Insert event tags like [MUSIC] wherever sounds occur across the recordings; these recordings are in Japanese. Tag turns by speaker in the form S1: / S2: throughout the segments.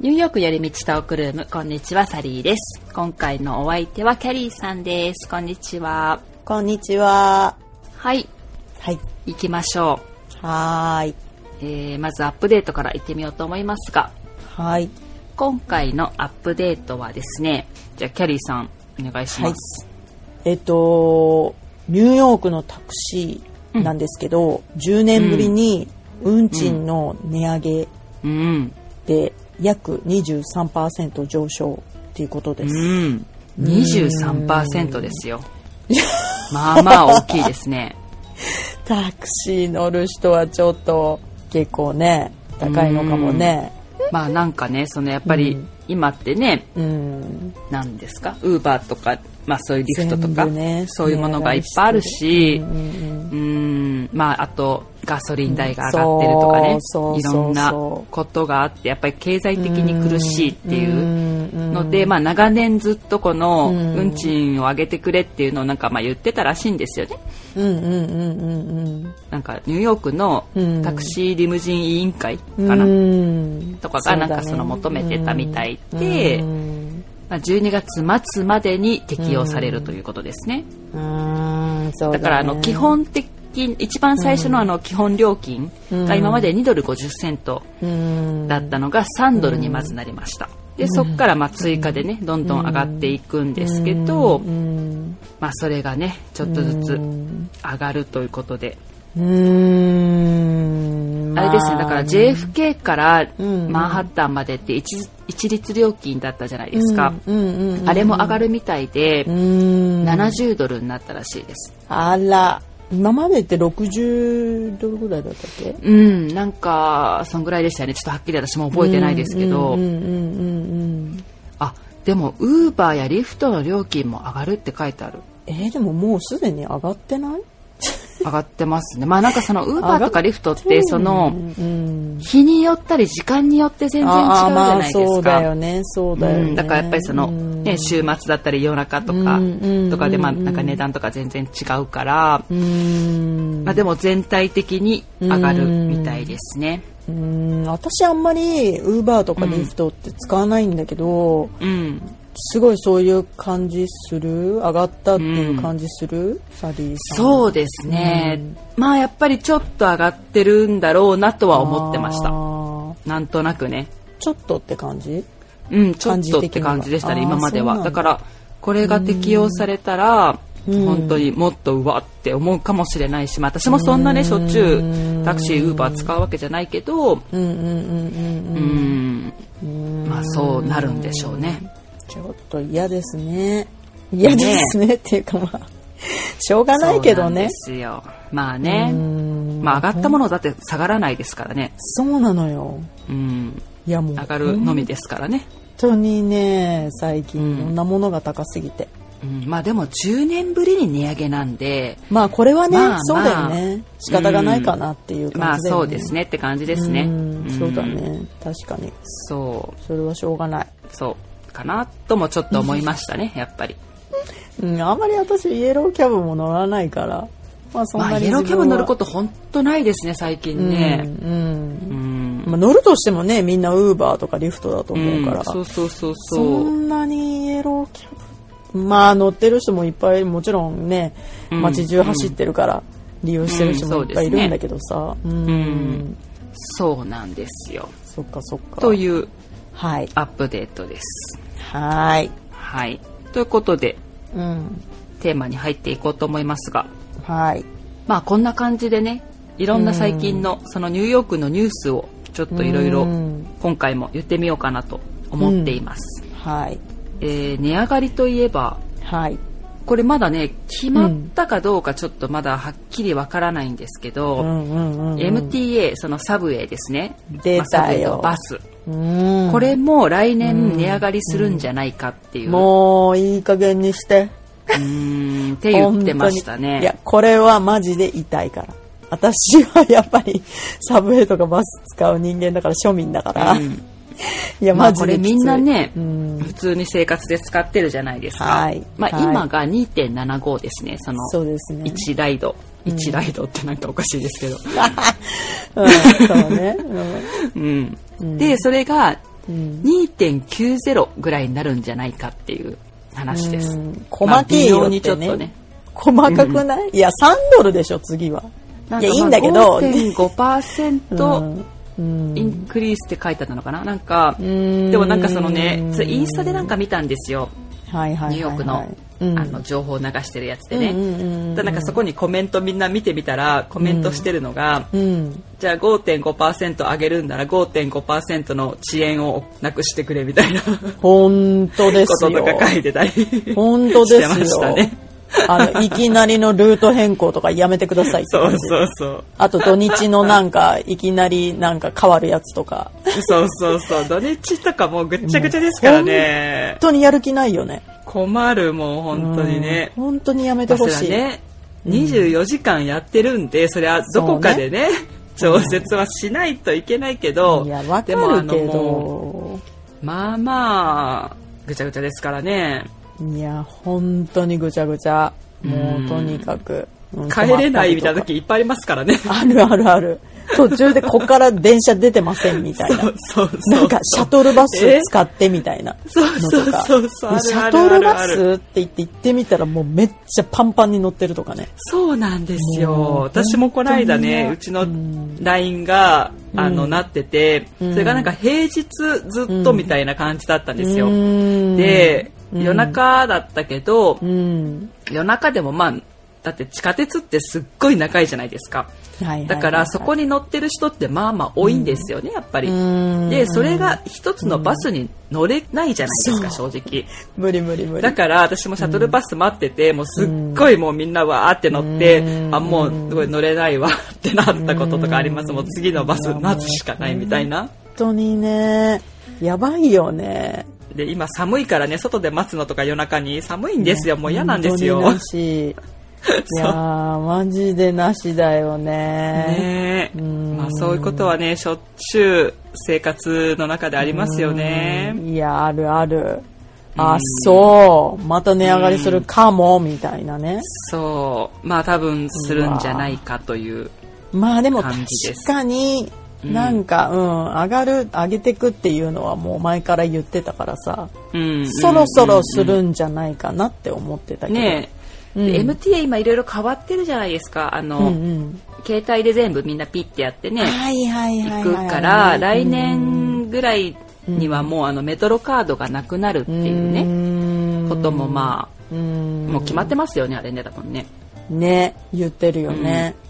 S1: ニューヨークより道トークルーム、こんにちは、サリーです。今回のお相手はキャリーさんです。こんにちは。
S2: こんにちは。
S1: はい、
S2: はい。
S1: 行きましょ
S2: はーい。
S1: う。えー、まずアップデートから行ってみようと思いますが、
S2: はい。
S1: 今回のアップデートはですね、じゃあキャリーさん、お願いします。
S2: えっと、ニューヨークのタクシーなんですけど、10年ぶりに運賃の値上げ
S1: うん。
S2: で約23%上昇っていうこと
S1: う
S2: です。
S1: ん。23%です
S2: [LAUGHS]
S1: よ。まあまあ大きいですね。
S2: タクシー乗る人はちょっと結構ね、高いのかもね。
S1: まあなんかね、そのやっぱり
S2: うん
S1: 今ってね、
S2: うん。
S1: なんですかウーバーとか、まあ、そういうリフトとか、
S2: 全部ね
S1: そういうものがいっぱいあるし、
S2: うんう
S1: う
S2: ん
S1: ーんまあ、あとガソリン代が上がってるとかね、
S2: そう
S1: い
S2: そうそう
S1: ろんなことがあってやっぱり経済的に苦しいっていううので、まあ、長年ずっとこの
S2: うん
S1: 運賃を上げてくれっていうのをなんかまあ言ってたらしいんですよね。
S2: うんうんうんうん
S1: なんかニューヨークの
S2: うん
S1: タクシーリムジン委員会
S2: うん。
S1: かな、
S2: うん
S1: とかがなんか
S2: うだね
S1: その求めてたみたいで
S2: うん
S1: まあ、12月末までに適用されるということですね。
S2: うーんそう
S1: だからあの
S2: ね
S1: 基本的一番最初のあの基本料金が
S2: うん
S1: 今まで2ドル50セント
S2: うーん
S1: だったのが3ドルにまずなりました。でそこからまあ追加でねどんどん上がっていくんですけど、
S2: うん
S1: まあ、それがねちょっとず
S2: う
S1: つ
S2: ん
S1: 上がるということで
S2: うーん
S1: あれですねだから JFK から
S2: うん
S1: マンハッタンまでって一一律料金だったじゃないですか、
S2: うんうんうんうん
S1: あれも上がるみたいで
S2: うーん
S1: 70ドルになったらしいです。
S2: あら今までって60ドルぐらいだったっけ
S1: うん、なんかそんぐらいでしたよねちょっとはっきり私も覚えてないですけど、
S2: うんうんうんうんうん
S1: あでもウーバーやリフトの料金も上がるって書いてある
S2: えーでももうすでに上がってない
S1: 上がってますねまあなんかそ
S2: [LAUGHS]
S1: のウーバーとかリフトってそ
S2: うん
S1: の
S2: うん
S1: 日によったり時間によって全然違うじ
S2: あ
S1: ゃ
S2: ーま
S1: な
S2: あ
S1: いですか
S2: そうだよねそうだよ
S1: う
S2: ね
S1: んだからやっぱりその、
S2: うん
S1: ね、週末だったり夜中とか
S2: うんうん
S1: とかでまあ
S2: うん
S1: なんか値段とか全然違うから、
S2: うーん
S1: まあ、でも全体的に上がるみたいですね
S2: うーん私あんまりウーバーとかリフトって使わないんだけど、
S1: うん
S2: すごいそういう感じする上がったっていう感じする、サリーさん
S1: そううですね、まあやっぱりちょっと上がってるんだろうなとは思ってました
S2: た
S1: なんとなくね
S2: ちょっとって感じ
S1: うん、ちょっ
S2: 感じ
S1: と
S2: 的には
S1: って感じでしたね、
S2: あー
S1: 今まで
S2: そ
S1: は。
S2: う
S1: だ
S2: なん
S1: か
S2: だ
S1: ら、これが適用されたら、
S2: うん
S1: 本当にもっとうわって思うかもしれないし、まあ私もそんなね、しょっちゅうタクシー、ウーバー使うわけじゃないけど、
S2: うんうんうんうん
S1: う
S2: うん
S1: ん、
S2: うん
S1: まあそうなるんでしょうね。
S2: ちょっと嫌ですね嫌ですねっていうかまあしょうがないけど
S1: そう
S2: ね
S1: なんですよ。まあ
S2: う
S1: ね、
S2: ん
S1: まあ上がったものだって下がらないですからね。
S2: そうなのよ
S1: うん、
S2: いやもう
S1: 上がるのみですからね。
S2: 本当にね最
S1: うん
S2: 近いろんなものが高すぎて、
S1: うん、まあでも10年ぶりに値上げなんで、
S2: まあこれはね、
S1: まあまあ
S2: そうだよね仕方がないかなっていう
S1: ま
S2: 感
S1: あ
S2: じだよね、
S1: そうですねって感じですね。
S2: うん
S1: ん
S2: そうだ。ね確かに
S1: そう。
S2: それはしょうがない、
S1: そうかなともちょっと思いましたね、やっぱり。
S2: うん、あんまり私イエローキャブも乗らないからまあそん
S1: ま
S2: な
S1: あ、
S2: に
S1: イエローキャブ乗ることと本当ないですね、最近ね。
S2: うん、うん
S1: うん。
S2: まあ、乗るとしてもねみんなウーバーとかリフトだと思うから、
S1: うんそうそうそう
S2: そ
S1: そう。
S2: んなにイエローキャブまあ乗ってる人もいっぱいもちろんね
S1: うん
S2: 街中走ってるから利用してる人もいっぱいいるんだけどさうん、
S1: うんそうなんですよ。
S2: そっかそっか
S1: という
S2: はい
S1: アップデートです。
S2: はーい
S1: はい。ということで、
S2: うん
S1: テーマに入っていこうと思いますが、
S2: はい
S1: まあ、こんな感じでね、いろんな最近の、そのニューヨークのニュースを、ちょっといろいろ
S2: うん
S1: 今回も言ってみようかなと思っています。
S2: はい
S1: えー値上がりといえば、
S2: はい
S1: これまだね決まったかどうかちょっとまだはっきりわからないんですけど、
S2: うんうんうんうん
S1: MTA そのサブウェイですね
S2: 出
S1: まあサブ
S2: た
S1: ウェイ
S2: よ
S1: とバス、
S2: うん
S1: これも来年値上がりするんじゃないかっていう,、う
S2: もういい加減にして
S1: ーんって言ってました
S2: 本当にい
S1: ね
S2: やこれはマジで痛いから私はやっぱりサブウェイとかバス使う人間だから庶民だから、
S1: う
S2: い
S1: ん
S2: や
S1: まあ
S2: マジ
S1: こ
S2: で
S1: れ
S2: きつい
S1: みんなね、
S2: うん
S1: 普通に生活で使ってるじゃないですか、
S2: はい
S1: まあ、
S2: はい
S1: 今が2.75ですねその
S2: そうですね
S1: 1ライド1ライドってなんかおかしいですけど
S2: うんそうね、
S1: うん、でそれが
S2: うん
S1: 2.90ぐらいになるんじゃないかっていう話です。
S2: うん細けえよ
S1: まあ微妙
S2: っ
S1: にち
S2: て
S1: ょっと
S2: ね
S1: ね。
S2: 細かくない、いや、3ドルでしょ、次は。
S1: ない
S2: や、いいんだけど。
S1: 5.5%
S2: うん
S1: インクリースって書いてあったのかななんか、
S2: うん
S1: でもなんかそのね、つインスタでなんか見たんですよ。
S2: はいはいはいはい
S1: ニューヨークの、
S2: うん
S1: あの、情報を流してるやつで
S2: うんうんうんう
S1: ね。
S2: ん
S1: だからなんかそこにコメントみんな見てみたら、コメントしてるのが、
S2: うん、
S1: じゃあ5.5%上げるんなら5.5%の遅延をなくしてくれみたいなこ
S2: 本当です
S1: とと
S2: よ。
S1: か書いてたり。
S2: 本当ですよ。
S1: してましたね
S2: あの、いきなりのルート変更とかやめてくださいって
S1: そ
S2: 感
S1: う
S2: じ
S1: そうそう。
S2: あと土日のなんか、いきなりなんか変わるやつとか。
S1: そうそうそう。土日とかもうぐっちゃぐちゃですからね
S2: 本。当にやる気ないよね。
S1: 困るもう本当にね
S2: う。ん本当にやめてほ
S1: だか
S2: し
S1: ら
S2: い。
S1: ね、24時間やってるんで、それはどこかでね、調節はしないといけないけど、
S2: いや、わか
S1: でもあ
S2: る
S1: の
S2: け
S1: も
S2: ど。
S1: う、まあまあ、ぐちゃぐちゃですからね。
S2: いや、本当にぐちゃぐちゃ。もう、とにかく。うん
S1: 帰れないみたいな。
S2: 止
S1: 時いっぱいありますからね。
S2: まったりとかあるあるある。途中でこっから電車出てませんみたいな。
S1: そうそう
S2: なんかシャトルバス使ってみたいなのとか。
S1: えそうそうそうそう
S2: でシ
S1: あ
S2: ャ
S1: るあ
S2: ト
S1: るあ
S2: ル
S1: るあ
S2: バ
S1: る
S2: スって言って行ってみたらもうめっちゃパンパンに乗ってるとかね。
S1: そうなんです
S2: も
S1: よ。
S2: う
S1: 私もこの間ね、う
S2: 本
S1: ちの
S2: 当にね
S1: LINE が、
S2: うん
S1: あの、なってて、そ
S2: うん
S1: れがなんか平日ずっとみたいな感じだったんですよ。
S2: うん
S1: で、
S2: うん
S1: 夜中だったけど
S2: う、ん。
S1: 夜中でもまあ、だって地下鉄ってすっごい長いじゃないですか。
S2: はいはいはい
S1: だからそこに乗ってる人ってまあまあ多いんですよね、やっぱり。
S2: うん
S1: で、それが一つのバスに乗れないじゃないです
S2: そ
S1: か、正直。
S2: 無理無理無理。
S1: だから私もシャトルバス待ってて、もうすっごいもうみんなわーって乗って、
S2: うん
S1: あもうすごい乗れないわってなったこととかあります、もう次のバス待つしかないみたいな。
S2: 本当にね、やばいよね。
S1: で今寒いからね外で待つのとか夜中に寒いんですよ、もう嫌なんですよ。
S2: 本当になし。
S1: [LAUGHS]
S2: いやー、マジでなしだよね。
S1: ねえ
S2: うん
S1: まあ、そういうことはねしょっちゅう生活の中でありますよ
S2: う
S1: ね。
S2: んいや、あるある。あ、そう。また値上がりするかも、みたいなね。
S1: そうまあ多分するんじゃないかという
S2: まあでも確
S1: 感じです
S2: かになんか、うん、上がる上げてくっていうのはもう前から言ってたからさ、
S1: うん
S2: そろそろするんじゃないかなって思ってたけど、
S1: ねえ、で
S2: うん
S1: MTA 今いろいろ変わってるじゃないですかあの、
S2: うんうん、
S1: 携帯で全部みんなピッてやってね
S2: はいはいはいはい
S1: 行
S2: はい、
S1: くから来
S2: っ
S1: 年ぐらいにはもうあのメトロカードがなくなるっていうね
S2: ね
S1: こともまあ
S2: あうん
S1: もう決まってますよねあれね多分ね
S2: ね言ってるよね、うん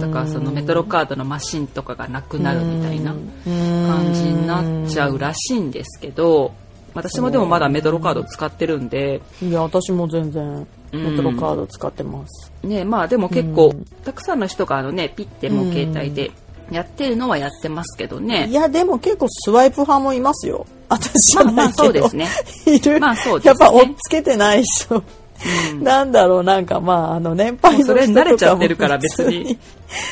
S1: だからそのメトロカードのマシンとかがなくなるみたいな感
S2: 感
S1: じになっちゃうらしいんですけど私もでもまだメトロカード使ってるんで、
S2: いや私も全然メトロカード使ってます、
S1: ね、まあでも結構たくさんの人があのねピッてもう携帯でやってるのはやってますけど
S2: い
S1: ね
S2: やでも結構スワイプ派もいますよ私じ
S1: ま
S2: ゃ
S1: あま
S2: な
S1: あ
S2: いけど、
S1: そうですね、
S2: いる、
S1: まあそうですね
S2: やっぱ追っつけてない人、
S1: うん
S2: なんだろうなんかまああの年配の人
S1: もうそ
S2: とか
S1: れ
S2: も
S1: に慣れちゃってるから別
S2: [LAUGHS]
S1: にい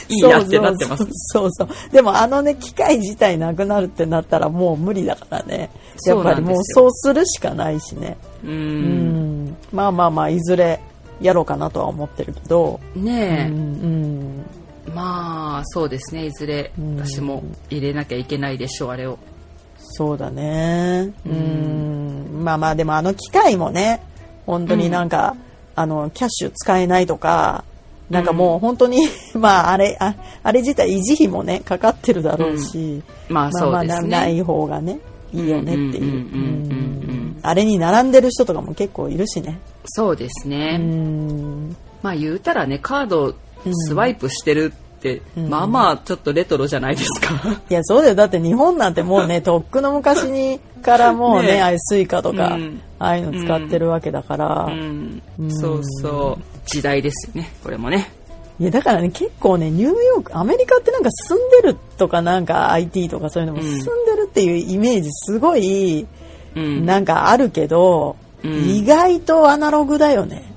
S1: いやってなってます
S2: そうそうそうそうでもあのね機械自体なくなるってなったらもう無理だからねや
S1: そ
S2: っ
S1: うな
S2: ぱ
S1: んですよ
S2: りもうそうするしかないしね
S1: う
S2: うん
S1: ん
S2: まあまあまあいずれやろうかなとは思ってるけど、
S1: ね
S2: う
S1: え、
S2: ん
S1: まあそうですねいずれ
S2: うん
S1: 私も入れなきゃいけないでしょうあれを
S2: そうだねうんまあまあでもあの機械もね本当になんか、あのキャッシュ使えないとかなんかもう本当に、 [LAUGHS] まああれああれ自体維持費もねかかってるだろうし、
S1: まあ
S2: まあ
S1: そ
S2: ま
S1: う
S2: あ
S1: で
S2: な
S1: すね、
S2: ない方がねいいよねってい
S1: うんうんうん
S2: う
S1: うんうんうん
S2: うんあれに並んでる人とかも結構いるしね
S1: そうですね、
S2: うん
S1: まあ言うたらねカードスワイプしてるって、
S2: うん
S1: まあまあちょっとレトロじゃないですか、
S2: いやそうだよだって日本なんてもう
S1: [LAUGHS]
S2: ねとっくの昔にからもうね
S1: ねえ
S2: ああいうスイカとか、
S1: うん
S2: ああいうの使ってるわけだから、
S1: うん
S2: うん
S1: そうそう時代ですよねこれもね
S2: いやだからね結構ねニューヨークアメリカってなんか住んでるとかなんか IT とかそういうのも
S1: うん
S2: 住んでるっていうイメージすごい
S1: うん
S2: なんかあるけど、
S1: うん
S2: 意外とアナログだよね。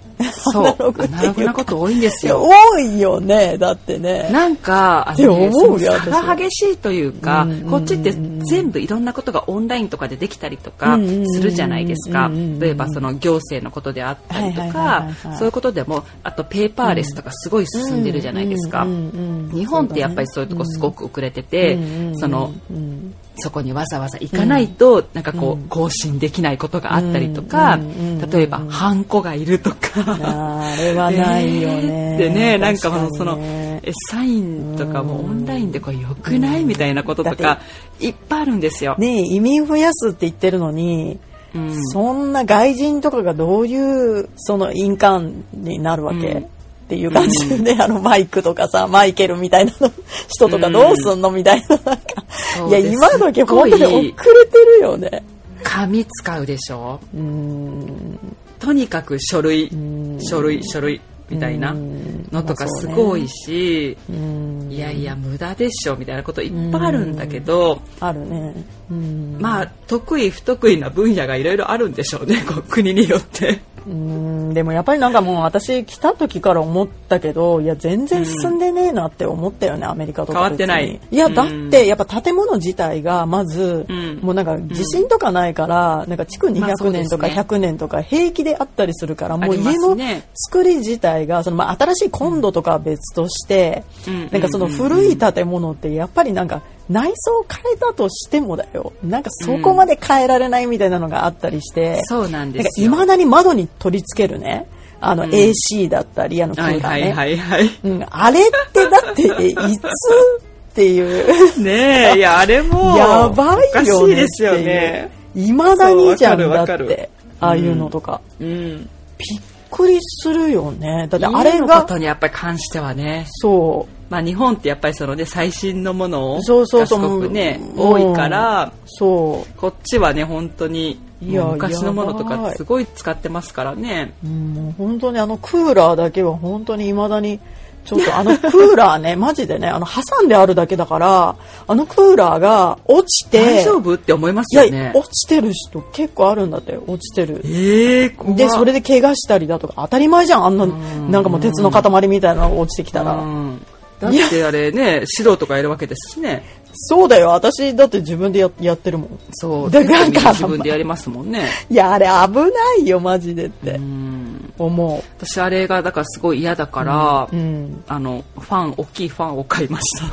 S1: そう
S2: アナログ
S1: ア
S2: って
S1: ナ
S2: い
S1: ロ
S2: う
S1: グな
S2: か
S1: こと多いんです
S2: いや
S1: よ
S2: 多いよねだってね。
S1: なんか、あ
S2: って
S1: の
S2: 思う
S1: ね、
S2: よ
S1: その差
S2: 私
S1: が激しいというか、
S2: うん
S1: こっちって全部いろんなことがオンラインとかでできたりとか
S2: うん
S1: するじゃないですか。
S2: うん
S1: 例えばその行政のことであったりと
S2: はいはいはい
S1: か
S2: はいは、い
S1: そういうことでも、あとペーパーレスとかすごい進んでるじゃないですか
S2: う。んうんうん
S1: 日本ってやっぱりそういうとこすごく遅れてて
S2: うんうんう、ん
S1: その
S2: うん
S1: そこにわざわざ行かないと、なんかこう更新できないことがあったりとか、
S2: うんうん
S1: 例えばハンコがいるとか。
S2: あれはないよ
S1: [LAUGHS]
S2: ね。
S1: でねなんか
S2: 確
S1: も
S2: に
S1: うその
S2: ね
S1: えサインとかもオンラインでこれよくないみたいなことと
S2: だっ
S1: かいっぱいあるんですよ。
S2: ね移民増やすって言ってるのに、
S1: うん
S2: そんな外人とかがどういうその印鑑になるわけ、
S1: うん
S2: っていう感じで、ねあのマイクとかさマイケルみたいなの人とかどうすんの、みたいななんか
S1: そう
S2: いや
S1: です
S2: 今の時
S1: すっご
S2: 本
S1: い
S2: 当に遅れてるよね。
S1: 紙使うでしょ
S2: うん
S1: とにかく書類
S2: ん
S1: 書類書類みたいな
S2: うん
S1: のとか
S2: まあそ
S1: す
S2: うね
S1: ごいし、
S2: うん
S1: いやいや無駄でしょみたいなこといっぱいあるんだけど、
S2: あるね。うん
S1: まあ得意不得意な分野がいろいろあるんでしょうねこう国によって。
S2: うーんでもやっぱりなんかもう私来た時から思ったけどいや全然進んでねえなって思ったよね、アメリカとか
S1: 変わってない
S2: 別にいや
S1: うん
S2: だってやっぱ建物自体がまず、
S1: うん
S2: もうなんか地震とかないから、なんか築
S1: まあそ
S2: 200
S1: うで
S2: 年
S1: す
S2: とか
S1: ね
S2: 100年とか平気であったりするから、もう
S1: ありま
S2: 家
S1: す
S2: の
S1: ね
S2: 作り自体がその、まあ、新しいコンドとかは別として、
S1: うん
S2: なんかその古い建物ってやっぱりなんか内装変えたとしてもだよなんかそこまで変えられないみたいなのがあったりして、
S1: そうなん
S2: な
S1: で
S2: んか
S1: す
S2: い
S1: よ。
S2: まだに窓に取り付けるねあの AC だったり、あのク
S1: はい
S2: ーラ
S1: は
S2: ー
S1: い
S2: ね、
S1: はいはい。
S2: うん、あれってだってえいつっていう
S1: ねえ、いや、あれも、
S2: やば
S1: お
S2: い
S1: かし
S2: よ
S1: い
S2: ね
S1: で
S2: っ
S1: す
S2: て
S1: よ
S2: い
S1: ね
S2: う。いまだにじゃん
S1: そう
S2: だ
S1: わ
S2: っ
S1: かるわか
S2: て
S1: る
S2: ああいうのとか、
S1: うん。
S2: びっくりするよねだってあ
S1: あ
S2: れ
S1: れのこ
S2: が
S1: とにやっぱり関してはね。
S2: そ
S1: まあ日本ってやっぱりそのね、最新のものを、
S2: そうそうそう
S1: がすごくね、
S2: も
S1: 多
S2: う
S1: いから、
S2: うそ
S1: こっちはね、本当に、
S2: いや
S1: もう昔のものと
S2: やば
S1: か
S2: い
S1: すごい使ってますからね。
S2: う、うん、もう本当にあのクーラーだけは本当にいまだにちょっとあのクーラーねマジでねあ [LAUGHS] の挟んであるだけだからあのクーラーが落ちて
S1: 大丈夫って思いま
S2: い
S1: す
S2: や、
S1: よね。
S2: 落ちてる人結構あるんだって落ちてる
S1: ええ怖
S2: でそれ
S1: で
S2: で怪我したりだとか当たり前じゃんあんななんかもう鉄の塊みたいなのが落ちてきたら
S1: だってあれね、指導とかやるわけですしね。
S2: そうだよ私だって自分でややってるもん
S1: そう。
S2: だから
S1: 手首自分でやりますもんね。
S2: いやあれ危ないよマジでって
S1: うん。
S2: 思
S1: 私あれがだからすごい嫌だから、
S2: う、うん、
S1: あのファン大きいファンを買いました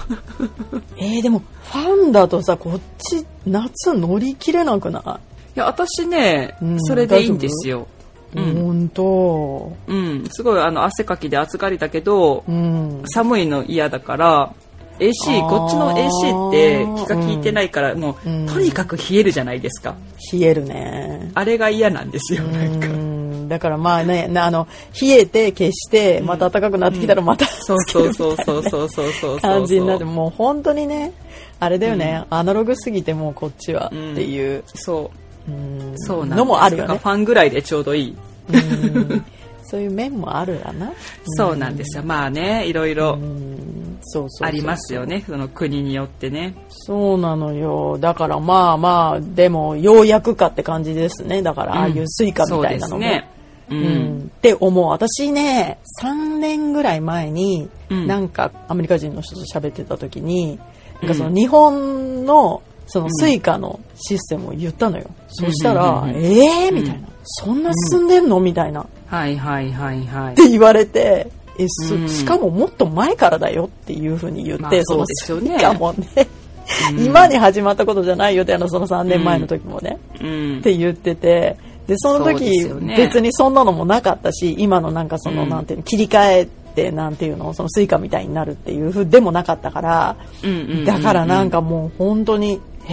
S2: [LAUGHS] えー、でもファンだとさこっち夏乗り切れなくない
S1: や私ね、
S2: うん
S1: それでいいんですよ
S2: い、
S1: うん
S2: 本当
S1: うんすごいあの汗かきで暑がりだけど、
S2: うん
S1: 寒いの嫌だから AC こっちの AC って
S2: あー
S1: 気が利いてないから、もう、
S2: うん
S1: とにかく冷えるじゃないですか
S2: 冷えるね
S1: あれが嫌なんですよなんか
S2: うんだからまあねなあの冷えて消してまた暖かくなってきたらまた、
S1: そうそうそうそうそうそうそうそう
S2: 感じになってもう本当にねあれだよね、アナログすぎてもうこっちはって
S1: うん
S2: いう、
S1: そう
S2: うん
S1: そうなんです
S2: のもあるよ
S1: だ
S2: ね
S1: からファンぐらいでちょうどいい
S2: うんそういう面もあるだな
S1: [LAUGHS] そうなんですよまあねいろいろ
S2: うんそうそうそう
S1: ありますよねその国によってね
S2: そうなのよだからまあまあでもようやくかって感じですねだからああいうスイカみたいな
S1: そう
S2: のも、
S1: うですね。うん
S2: んって思う私ね3年ぐらい前に、
S1: うん
S2: なんかアメリカ人の人と喋ってた時に、なんかそうの
S1: ん
S2: 日本のそのスイカのシステムを言ったのよ、そしたら「
S1: うんうんうんうん
S2: えー!」みたいな、
S1: うん
S2: そんな進んでんの?」みたいなっ
S1: はいはいはいはい。
S2: て言われて。えそ
S1: うん
S2: しかももっと前からだよっていうふうに言って、
S1: まあ
S2: の
S1: そうですよね
S2: スイカもね、今に始まったことじゃないよってあのその3年前の時もね、
S1: うん
S2: って言っててでその
S1: そう
S2: 時
S1: ですよね
S2: 別にそんなのもなかったし今のなんかその、
S1: うん
S2: なんていうの切り替えてなんていうのそのスイカみたいになるっていうふうでもなかったからだからなん、かもう本当にえー、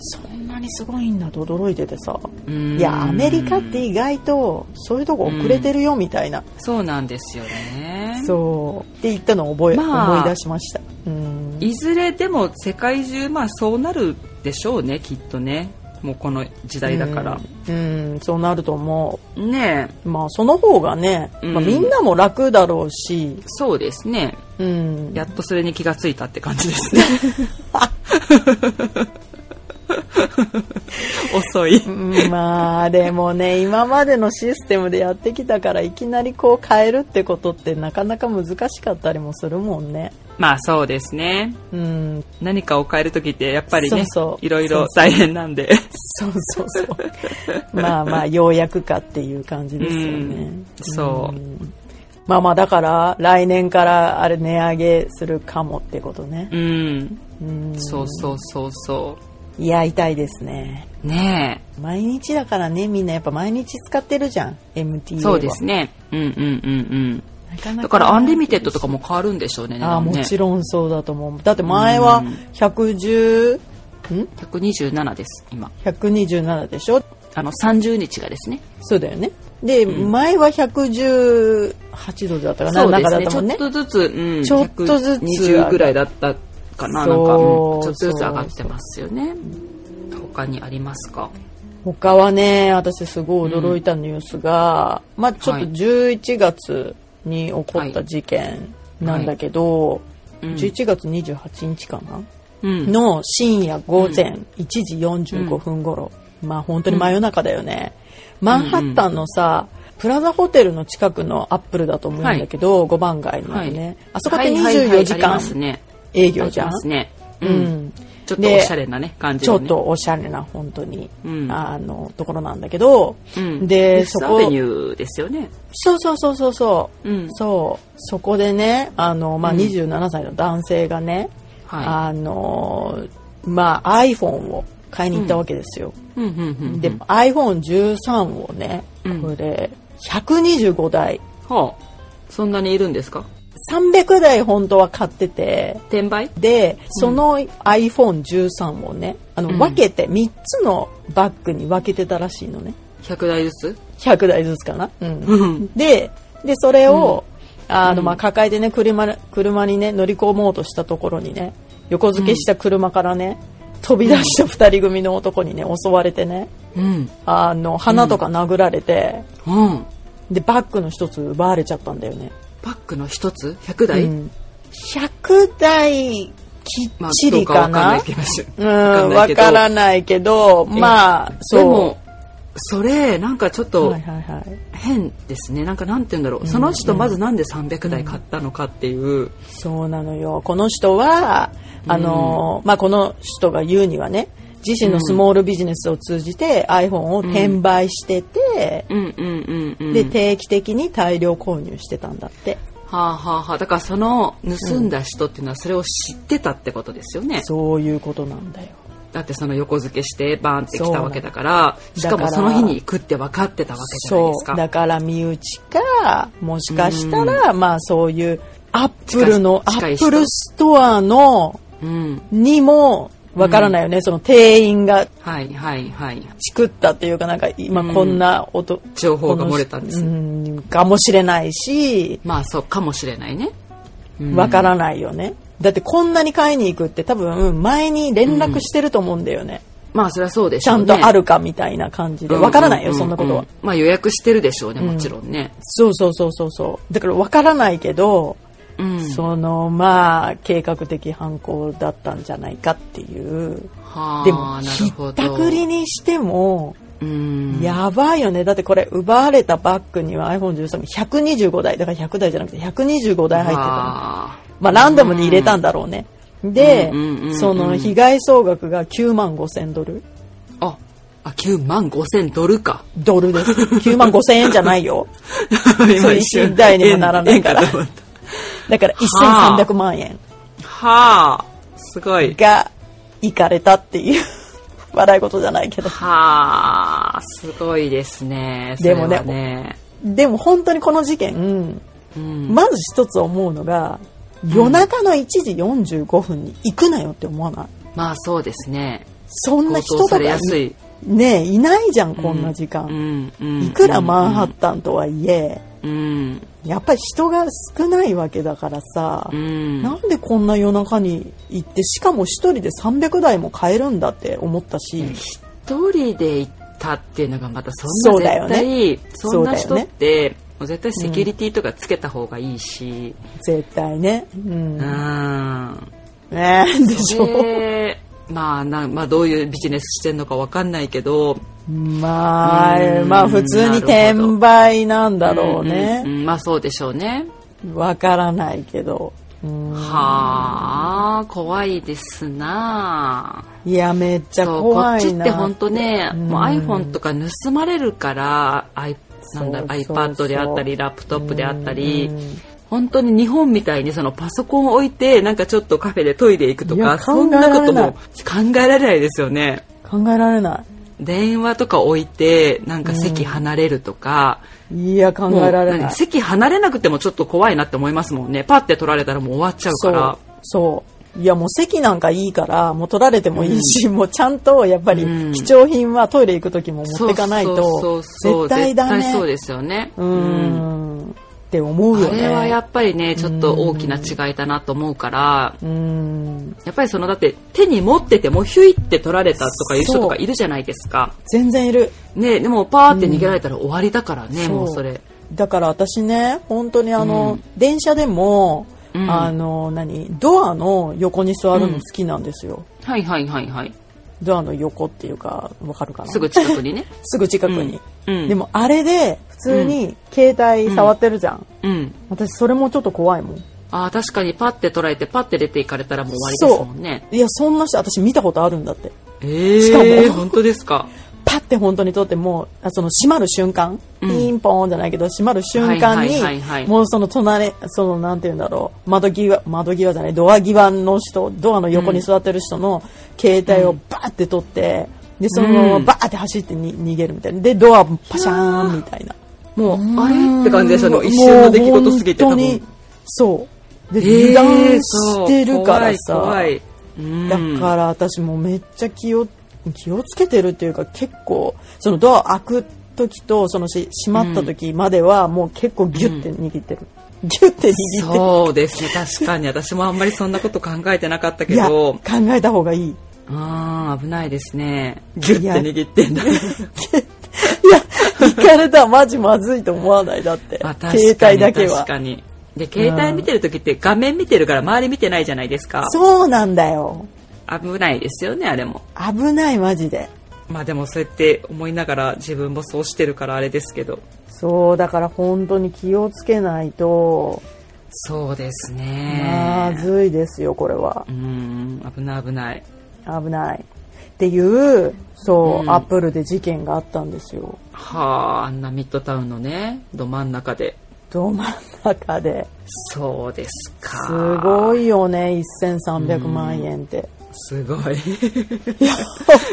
S2: そんなにすごいんだと驚いててさいやアメリカって
S1: い
S2: 意外とそういうとこ遅れてるよみたいな、
S1: そうなんですよね。
S2: そうって言ったのを覚え、
S1: まあ
S2: 思い出しました。うん
S1: いずれでも世界中、まあそうなるでしょうね、きっとね。もうこの時代だから。
S2: うん、うんそうなると思
S1: ねえ
S2: うまあその方がね、まあ、
S1: うん
S2: みんなも楽だろうし、
S1: そうですね。
S2: うん、
S1: やっとそれに気がついたって感じです
S2: [LAUGHS]
S1: ね。遅い。
S2: うん [LAUGHS] まあでもね今までのシステムでやってきたからいきなりこう変えるってことってなかなか難しかったりもするもんね。
S1: まあそうですね。
S2: うん、
S1: 何かを変える時ってやっぱりね
S2: そうそう
S1: いろいろ大変なんで
S2: そうそう
S1: [LAUGHS]
S2: そう。まあまあようやくかっていう感じですよね。
S1: うんそう
S2: うんまあまあだから来年からあれ値上げするかもってことね
S1: うん
S2: うん
S1: そうそうそうそ
S2: いや痛いですね
S1: うね
S2: 毎日だからねみんなやっぱ毎日使ってるじゃん MTA
S1: え
S2: は
S1: そうですねうんうんうん
S2: なか
S1: うん
S2: な
S1: だからアンリミテッドとかも変わるんでしょうね値
S2: ああ
S1: 段ね
S2: もちろんそうだと思うだって前は110ん
S1: 127です今
S2: 127でしょ
S1: あの30日がですね
S2: そうだよねで、前は118度だったかな
S1: そう
S2: だ
S1: で
S2: か
S1: す
S2: ら
S1: ね
S2: だ
S1: ち
S2: も
S1: ょ
S2: んね
S1: っとずつ、うん、
S2: ちょっとずつ
S1: 120ぐらいだったかななんか、うん
S2: そう
S1: ちょっとずつ上がってますよね他にありますか
S2: 他はね私すごい驚いたニュースが、まあちょっ
S1: は
S2: と
S1: い
S2: 11月に起こった事件なんだけど、
S1: うん
S2: 11月28日かな、
S1: うん
S2: の深夜午前1時45分頃、まあ本当に真夜中だよね、マンハッタンのさ、プラザホテルの近くのアップルだと思うんだけど、5番街のね、
S1: はい
S2: あそこって
S1: はいはいはい
S2: 24時
S1: あり
S2: 間
S1: ますね
S2: 営業じゃ
S1: あり
S2: ん、
S1: ますねう、
S2: うんん、
S1: ちょっとおしゃれなね感じ
S2: ちょ
S1: の
S2: っ
S1: ね
S2: とおしゃれな本当に、
S1: うん
S2: あのところなんだけど、
S1: うん
S2: で
S1: リ
S2: そ
S1: スア
S2: こ
S1: ベニューですよね
S2: そうそうそうそうそう、
S1: うん
S2: そうそこでねあの、まあ、
S1: うん
S2: 27歳の男性がね、
S1: は
S2: あのまあ iPhone を買いに行ったわけですよ、
S1: いうんうんうん
S2: で iPhone13 をね
S1: うん
S2: これ125台
S1: はあそんなにいるんですか
S2: 300台本当は買ってて
S1: 転売
S2: でその iPhone13 をねあの
S1: うん
S2: 分けて3つのバッグに分けてたらしいのね
S1: 100台ずつ
S2: 100台ずつかな、うん
S1: うん
S2: ででそれを、あのまあ、抱えてね車車にね乗り込もうとしたところにね横付けした車からね、飛び出した2人組の男にね襲われてね
S1: うん
S2: あの鼻とか殴られて、
S1: うん
S2: でバッグの一つ奪われちゃったんだよね、
S1: パックの一つ100台、
S2: うん、100台き
S1: ま
S2: っ
S1: あ
S2: ち
S1: ど
S2: り
S1: うか
S2: か
S1: わかんな
S2: ない
S1: けど
S2: うん
S1: わかんない
S2: わ
S1: けど
S2: からないけどまあそう
S1: でもそれなんかちょっと
S2: はいはいはい、
S1: 変ですね、なんかなんて言うんだろう、その人まずなんで300台買ったのかっていう、
S2: そうなのよこの人はあの、まあ、この人が言うにはね自身のスモールビジネスを通じて iPhone を転売してて、
S1: うんうんうんうん
S2: で定期的に大量購入してたんだって、
S1: はあはあはあだからその盗んだ人っていうのはそれを知ってたってことですよね、
S2: そういうことなんだよ
S1: だってその横付けしてバーンって来たわけだから
S2: そう
S1: しかも
S2: だか
S1: そ
S2: ら
S1: の日に行くって分かってたわけじゃないです
S2: そう
S1: か
S2: だから身内かもしかしたら、まあそういうアップルのア
S1: 近い
S2: ッ
S1: 人
S2: プルストアの
S1: うん
S2: にもわからないよね、その店員が
S1: はいはいはい
S2: チクったっていうかなんか今こんな音、
S1: 情報が漏れたんです、
S2: うんかもしれないし
S1: まあそうかもしれないねうん
S2: わからないよね、だってこんなに買いに行くって多分前に連絡してると思うんだよね、
S1: まあそれはそうでし
S2: ち
S1: ょ
S2: ゃ
S1: うね
S2: んとあるかみたいな感じでわからないよ、
S1: ううう
S2: そんなことは、
S1: まあ予約してるでしょうねもちろんね、
S2: そうそうそうそうそうだからわからないけど
S1: うん
S2: そのまあ計画的犯行だったんじゃないかっていう
S1: はあ
S2: でも
S1: な
S2: ひ
S1: るほど
S2: ったくりにしても
S1: うん
S2: やばいよねだってこれ奪われたバッグには iPhone13125 台だから100台じゃなくて125台入ってたの
S1: あ
S2: まあランダムに入れたんだろうねで
S1: うんうんうんうん
S2: その被害総額が9万5千ドル
S1: ーああ9万5千ドル
S2: [LAUGHS]
S1: か
S2: ドルです9万5千
S1: [LAUGHS]
S2: 円じゃないよ
S1: 今
S2: 一瞬台にもならないから
S1: 円円と思った
S2: だから1300万円
S1: はあすごい
S2: がいかれたっていう [LAUGHS] 笑い事じゃないけど
S1: はあすごいですね
S2: でもね
S1: それはね
S2: でも本当にこの事件、
S1: うん
S2: まず一つ思うのが、夜中の1時45分に行くなよって思わない
S1: まあそうですね
S2: そん
S1: 強
S2: な人
S1: 盗
S2: とか
S1: さ
S2: い
S1: れやすい
S2: ねえいないじゃんこんな時
S1: う
S2: 間、
S1: んうん
S2: いくらマンハッタンとはいえ、
S1: うん
S2: やっぱり人が少ないわけだからさ、
S1: うん
S2: なんでこんな夜中に行ってしかも一人で300台も買えるんだって思ったし、
S1: 一人で行ったっていうのがまたそんな
S2: そう
S1: 絶
S2: だよ
S1: 対そ,、んな
S2: そ
S1: 人
S2: うだ
S1: っ
S2: よね
S1: て、もう絶対セキュリティとかつけた方がいいし、
S2: 絶対ね、うん
S1: うん、
S2: ねえでしょ、
S1: でまあなまあどういうビジネスしてんのかわかんないけど
S2: まあ
S1: うん
S2: まあ普通に転売なんだろうね、
S1: うんうんうんまあそうでしょうね
S2: わからないけど、うん、
S1: はあ怖いですない
S2: やめっちゃ
S1: そうこ
S2: 怖
S1: っち
S2: い
S1: っ
S2: な
S1: て本当ね、
S2: うん
S1: もう iPhone とか盗まれるからあいなんだろう
S2: そうそうそ
S1: iPad
S2: う
S1: であったりラップトップであったり
S2: うん
S1: 本当に日本みたいにそのパソコンを置いてなんかちょっとカフェでトイレ行くと
S2: い
S1: か
S2: や
S1: そんなことも考えられないですよね。
S2: 考えられな
S1: 電話とか置いてなんか席離れるとか、
S2: いいや考
S1: もう
S2: えられな
S1: 何
S2: い
S1: 席離れなくてもちょっと怖いなって思いますもんねパッて取られたらもう終わっちゃう
S2: そ
S1: か
S2: う
S1: ら
S2: そういやもう席なんかいいからもう取られてもいいし、もうちゃんとやっぱり
S1: うん
S2: 貴重品はトイレ行く時も持ってかない
S1: そう
S2: と
S1: そうそう
S2: 絶対ダメ
S1: 絶対そうですよね
S2: うーんって思うよ
S1: あ
S2: ね
S1: れはやっぱりねちょっと大きな違いだなと思うから
S2: うーん
S1: やっぱりそのだって手に持っててもヒュイって取られたとかいう人とかいるじゃないですか
S2: 全然いる
S1: ねでもパーって逃げられたら終わりだからね、
S2: そう
S1: もうそれ
S2: だから私ね本当にあの、
S1: うん
S2: 電車でも、
S1: うん
S2: あの何ドアの横に座るの好きなんですよ、
S1: はいはいはいはい
S2: ドアの横っていうかわかるかな
S1: すぐ近くにね
S2: [LAUGHS] すぐ近くに、
S1: うん
S2: でもあれで普通に携帯触ってるじゃん、
S1: うん
S2: 私それもちょっと怖いもん
S1: あー確かにパッて捉えてパッて出ていかれたらもう終わりですもんね
S2: いやそんな人私見たことあるんだって
S1: ええ
S2: しかも
S1: 本当ですか
S2: パッて本当に撮ってもうあその閉まる瞬間、
S1: うん
S2: ピンポーンじゃないけど閉まる瞬間に、
S1: はいはいはいはい
S2: もうその隣そのなんて言うんだろう窓際窓際じゃないドア際の人ドアの横に座ってる人の携帯をバーって撮って、でそのま
S1: う
S2: ま
S1: ん
S2: バーって走ってに逃げるみたいなでドアパシャーンみたいなもう
S1: あれって感じでした
S2: も
S1: の
S2: う
S1: 一瞬の出来事すぎて
S2: もう
S1: 多
S2: 本当
S1: 分
S2: にそうで、
S1: ええ
S2: 油断してるからさ
S1: そう怖い怖い
S2: だ
S1: うん
S2: から私もうめっちゃ気を気をつけてるっていうか結構そのドア開く時とそのし閉まった時まではもう結構ギュッて握ってる、ギュッて握ってる
S1: そうですね確かに私もあんまりそんなこと考えてなかったけ
S2: いや
S1: ど
S2: 考えた方がいい
S1: あー危ないですねギュッて握ってん
S2: [LAUGHS]
S1: だ
S2: いや行かれたらマジまずいと思わないだって、
S1: まあ確かに
S2: 携帯だけは
S1: 確かにで携帯見てる時って画面見てるから周り見てないじゃないですか
S2: そうなんだよ
S1: 危ないですよねあれも
S2: 危ないマジで
S1: まあでもそうやって思いながら自分もそうしてるからあれですけど
S2: そうだから本当に気をつけないと
S1: そうです
S2: ま
S1: ね
S2: ずいですよこれは
S1: うん危ない危ない
S2: 危ないっていうそう、
S1: うん
S2: アップルで事件があったんですよ
S1: はああんなミッドタウンのねど真ん中で
S2: ど真ん中で
S1: そうですか
S2: すごいよね1300万円って、
S1: すごい [LAUGHS]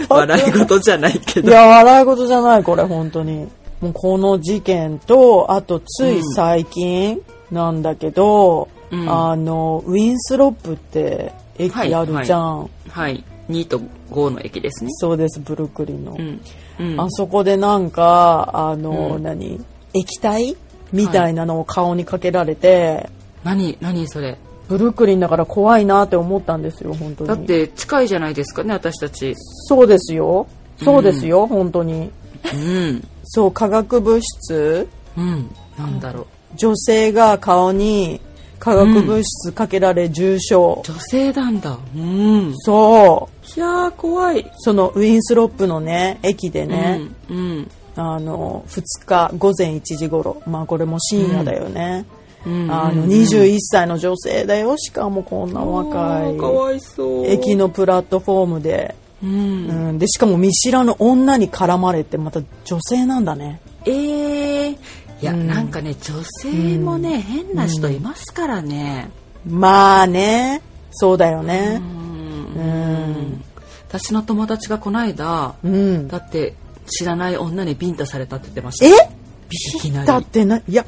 S1: 笑い事じゃないけ
S2: い
S1: ど
S2: や笑い事じゃないこれ本当にもうこの事件とあとつい最近なんだけど、
S1: うん
S2: あのウィンスロップって駅
S1: はい
S2: あるじゃん、
S1: はい2と5の駅ですね
S2: そうですブルックリンの、
S1: うん、うん、
S2: あそこでなんかあの、
S1: うん
S2: 何液体みたいなのを顔にかけられて、
S1: 何何それ
S2: ブルックリンだから怖いなって思ったんですよ本当に
S1: だって近いじゃないですかね私たち
S2: そうですよそうですよ、本当に
S1: うん
S2: そう化学物質
S1: うんなんだろう
S2: 女性が顔に化学物質かけられ重症、
S1: 女性なんだうんい
S2: そう
S1: やー怖い
S2: そのウィンスロップのね駅でね、
S1: うん、うん
S2: あの2日午前1時頃まあこれも深夜だよね、
S1: うん
S2: あの21歳の女性だよしかもこんな若
S1: あーかわ
S2: い
S1: いそう
S2: 駅のプラットフォームで、
S1: うん
S2: うん、でしかも見知らぬ女に絡まれてまた女性なんだね
S1: ええいや、
S2: うん
S1: なんかね女性もね、変な人いますからね、
S2: まあねそうだよね
S1: うん
S2: うん
S1: 私の友達がこないだ
S2: うん、
S1: だって知らない女にビンタされたって言ってました
S2: え
S1: いきな
S2: だっ
S1: り
S2: てないや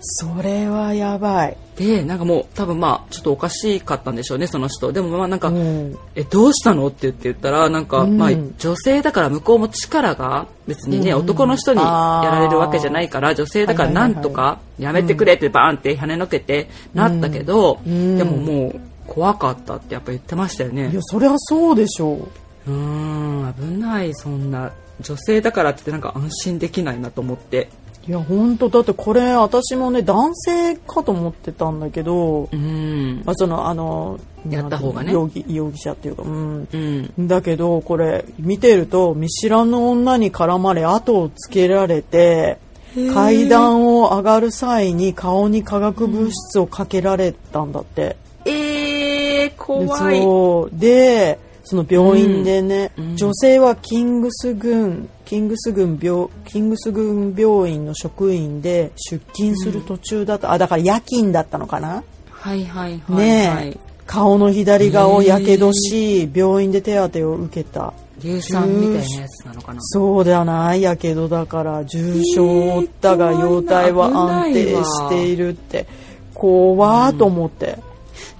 S2: それはやばい、
S1: でなんかもう多分まあちょっとおかしかったんでしょうねその人でもまあなんか、
S2: うん
S1: えどうしたのって言って言ったらなんか、
S2: うん
S1: まあ、女性だから向こうも力が別にね、
S2: うん
S1: 男の人にやられるわけじゃないから女性だから
S2: はいは
S1: ない
S2: はい
S1: んとかやめてくれってバーンって跳ねのけてなったけど、
S2: うん
S1: でももう怖かったってやっぱ言ってましたよね
S2: いやそりゃそうでしょ
S1: う
S2: う
S1: ーん危ないそんな女性だからって言ってなんか安心できないなと思って
S2: いや本当だってこれ私もね男性かと思ってたんだけど、
S1: うん
S2: まあ、そのあの
S1: やった方がね
S2: 容疑容疑者っていうかうん
S1: うん
S2: だけどこれ見てると見知らぬ女に絡まれ後をつけられて階段を上がる際に顔に化学物質をかけられたんだって。
S1: えー、
S2: で
S1: 怖い
S2: そうでその病院でね、
S1: うんうん
S2: 女性はキングス軍キングス軍病キングス軍病院の職員で出勤する途中だと、あだから夜勤だったのかな、
S1: はいはいはい、は
S2: ね
S1: い
S2: え。顔の左側をやけどし病院で手当てを受けた
S1: 硫酸みたいなやつなのかな。
S2: そうじゃないやけどだから重傷を負ったが
S1: えー
S2: 容体は
S1: 怖いな
S2: 安定しているって怖ーと思って、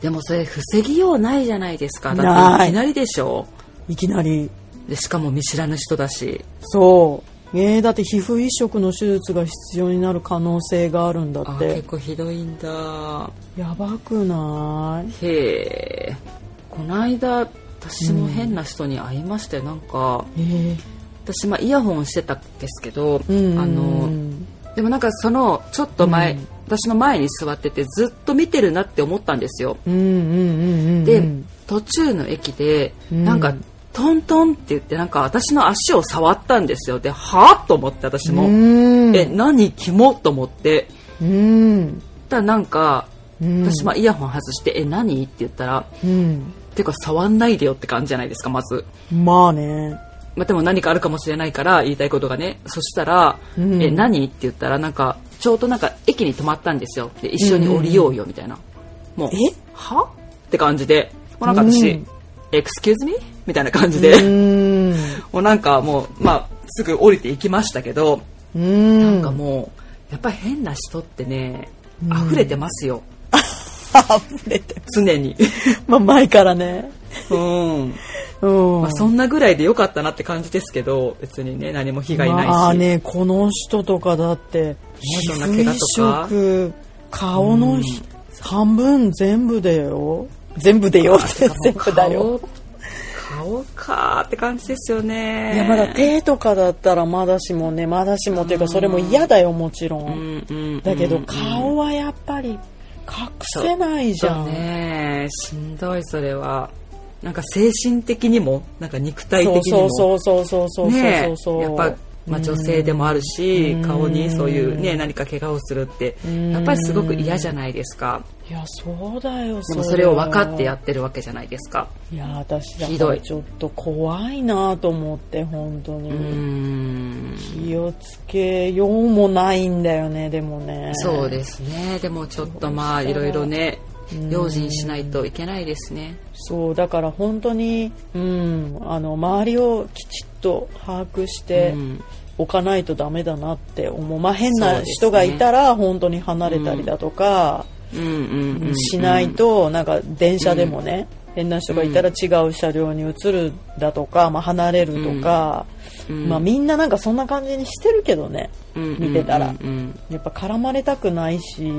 S1: でもそれ防ぎようないじゃないですか。だっ
S2: な
S1: て
S2: い
S1: いきなりでしょ。
S2: いきなり
S1: でしかも見知らぬ人だし。
S2: そうえー、だって皮膚移植の手術が必要になる可能性があるんだ
S1: あ
S2: っ
S1: ー
S2: て
S1: 結構ひどいんだ。
S2: やばくない
S1: へえ。こないだ私も変な人に会いまして、なんか
S2: え
S1: 私まあイヤホンしてたんですけど、
S2: うん、
S1: あのでもなんかそのちょっと前、
S2: うん
S1: 私の前に座っててずっと見てるなって思ったんですよ。
S2: うんうんうんうん
S1: で、途中の駅で
S2: うん
S1: なんかトントンって言ってなんか私の足を触ったんですよではあと思って私も、
S2: うん
S1: え何キモと思って
S2: うん
S1: ただなんか
S2: うん
S1: 私まあイヤホン外して「え何?」って言ったら
S2: うん
S1: 「てか触んないでよ」って感じじゃないですかまず、
S2: まあね
S1: まあ、でも何かあるかもしれないから言いたいことがねそしたら「
S2: うん
S1: え何?」って言ったらなんかちょうどなんか駅に止まったんですよで一緒に降りようよみたいな、もう
S2: え
S1: はって感じでもうなんか私
S2: うん
S1: 「エクスキューズミー?」みたいな感じで、
S2: うん
S1: もうなんかもう、まあ、すぐ降りていきましたけど、
S2: うん
S1: なんかもう、やっぱり変な人ってね、
S2: うん
S1: 溢れてますよ。
S2: [LAUGHS] あ溢れて
S1: 常に。
S2: まあ前からね
S1: うん。
S2: うん、
S1: まあ、そんなぐらいでよかったなって感じですけど、別にね、何も被害ないし。
S2: まあねこの人とかだって皮
S1: そんな
S2: 膚
S1: 怪我
S2: 移
S1: とか
S2: 植顔のひ半分全部でよ全部でよって全部だよ
S1: 顔。顔かーって感じですよね。
S2: いやまだ手とかだったらまだしもねまだしもっていうかそれも嫌だよもちろ
S1: うんんうん、
S2: だけど
S1: うん
S2: 顔はやっぱり隠せないじゃ
S1: そうんねしんどい、それは。なんか精神的にも、なんか肉体的
S2: そ
S1: に
S2: う
S1: も。
S2: そうそうそうそうそう
S1: ね
S2: そうそう
S1: やっぱ、まあ、女性でもあるし、
S2: うん
S1: 顔にそういう、ね、何か怪我をするって
S2: うん
S1: やっぱりすごく嫌じゃないですか
S2: いやそうだよ
S1: で
S2: うだよ
S1: もそれを分かってやってるわけじゃないですか
S2: いや私だ
S1: ひ
S2: か
S1: ど
S2: ら
S1: い
S2: ちょっと怖いなと思って本当に、
S1: うーん
S2: 気をつけようもないんだよねでもね
S1: そうですねでもちょっとまあ
S2: そう
S1: い
S2: した
S1: ろ
S2: ら
S1: いろね
S2: うん
S1: 用心しないといけないですね
S2: そうだから本当にうんあの周りをきちっと把握して
S1: うん
S2: おかないとダメだなって思う、まあ、変
S1: そうで
S2: な
S1: すね
S2: 人がいたら本当に離れたりだとか、
S1: うんうんうんうん
S2: しないとなんか電車でもね、変な人がいたら違う車両に移るだとか、まあ、離れるとか、
S1: うん
S2: まあ、みんななんかそんな感じにしてるけどね
S1: うんうん
S2: 見てたら
S1: うんうん
S2: やっぱ絡まれたくないし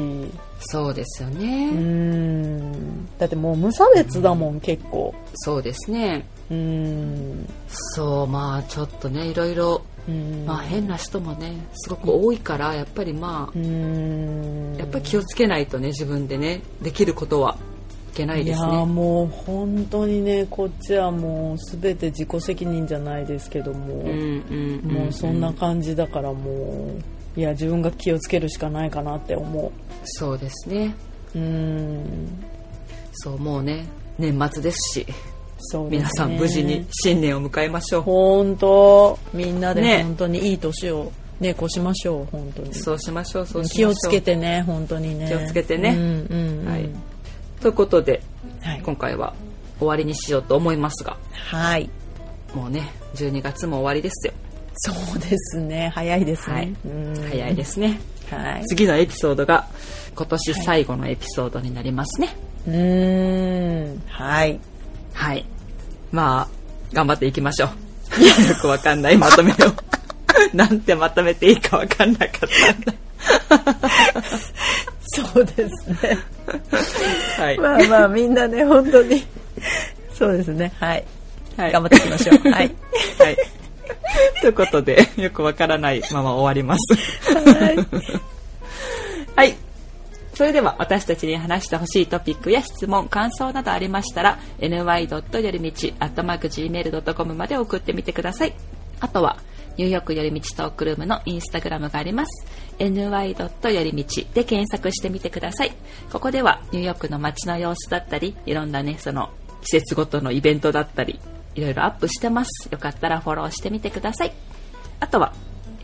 S1: そうですよ
S2: うー
S1: ね
S2: んだってもう無差別だもん、結構
S1: そうですね
S2: うーん
S1: そうまあちょっとねいろいろ
S2: うーん
S1: まあ変な人もねすごく多いからやっぱりま
S2: うーん
S1: あやっぱり気をつけないとね自分でねできることはいけない
S2: い
S1: で
S2: や
S1: す
S2: ー
S1: ね
S2: もう本当にねこっちはもう全て自己責任じゃないですけども、
S1: うんうんうん
S2: もうそんな感じだからもういや自分が気をつけるしかないかなって思
S1: そうですね
S2: ううーん
S1: そうもうね年末ですし
S2: そうです
S1: 皆
S2: ね
S1: さん無事に新年を迎えましょう
S2: 本当みんなで
S1: ね
S2: 本当にいい年をね越しましょう本当に
S1: そうしましょうそうしまし
S2: 気
S1: ょう
S2: をつけてね本当にね
S1: 気をつけてね
S2: うんうんうん
S1: はいということで
S2: はい
S1: 今回は終わりにしようと思いますが
S2: はい
S1: もうね12月も終わりですよ
S2: そうですね早いですね、
S1: はい
S2: うん
S1: 早いですね
S2: はい
S1: 次のエピソードが今年最後のエピソードになりますね
S2: うーんはい
S1: はい。まあ、頑張っていきましょう。よくわかんないまとめを。 [LAUGHS] なんてまとめていいかわかんなかったんだ。
S2: そうですね
S1: はい。
S2: まあまあみんなね本当にそうですねはい、
S1: はい
S2: 頑張っていきましょうはい
S1: [LAUGHS] はい。ということで、よくわからないまま終わります。はい。それでは私たちに話してほしいトピックや質問、感想などありましたら、ny. よりみち、アットマーク gmail.com まで送ってみてください。あとは、ニューヨークよりみちトークルームのインスタグラムがあります。ny. よりみちで検索してみてください。ここでは、ニューヨークの街の様子だったり、いろんなね、その季節ごとのイベントだったり、いろいろアップしてます。よかったらフォローしてみてください。ああとは、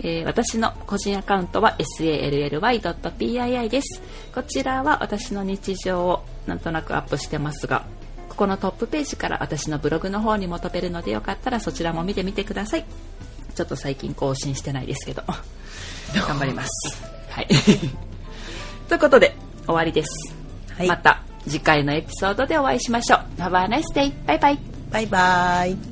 S1: えー私の個人アカウントは sally.pii です。こちらは私の日常をなんとなくアップしてますが、ここのトップページから私のブログの方にも飛べるのでよかったらそちらも見てみてください。ちょっと最近更新してないですけど、 [LAUGHS] 頑張ります。はい。 [LAUGHS] ということで、終わりです。
S2: はい
S1: また次回のエピソードでお会いしましょう。Have a nice day. バイバイ。
S2: バイバイ。